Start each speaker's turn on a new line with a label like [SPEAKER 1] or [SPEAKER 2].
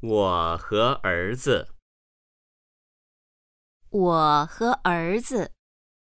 [SPEAKER 1] 我和儿子。
[SPEAKER 2] 我和儿子。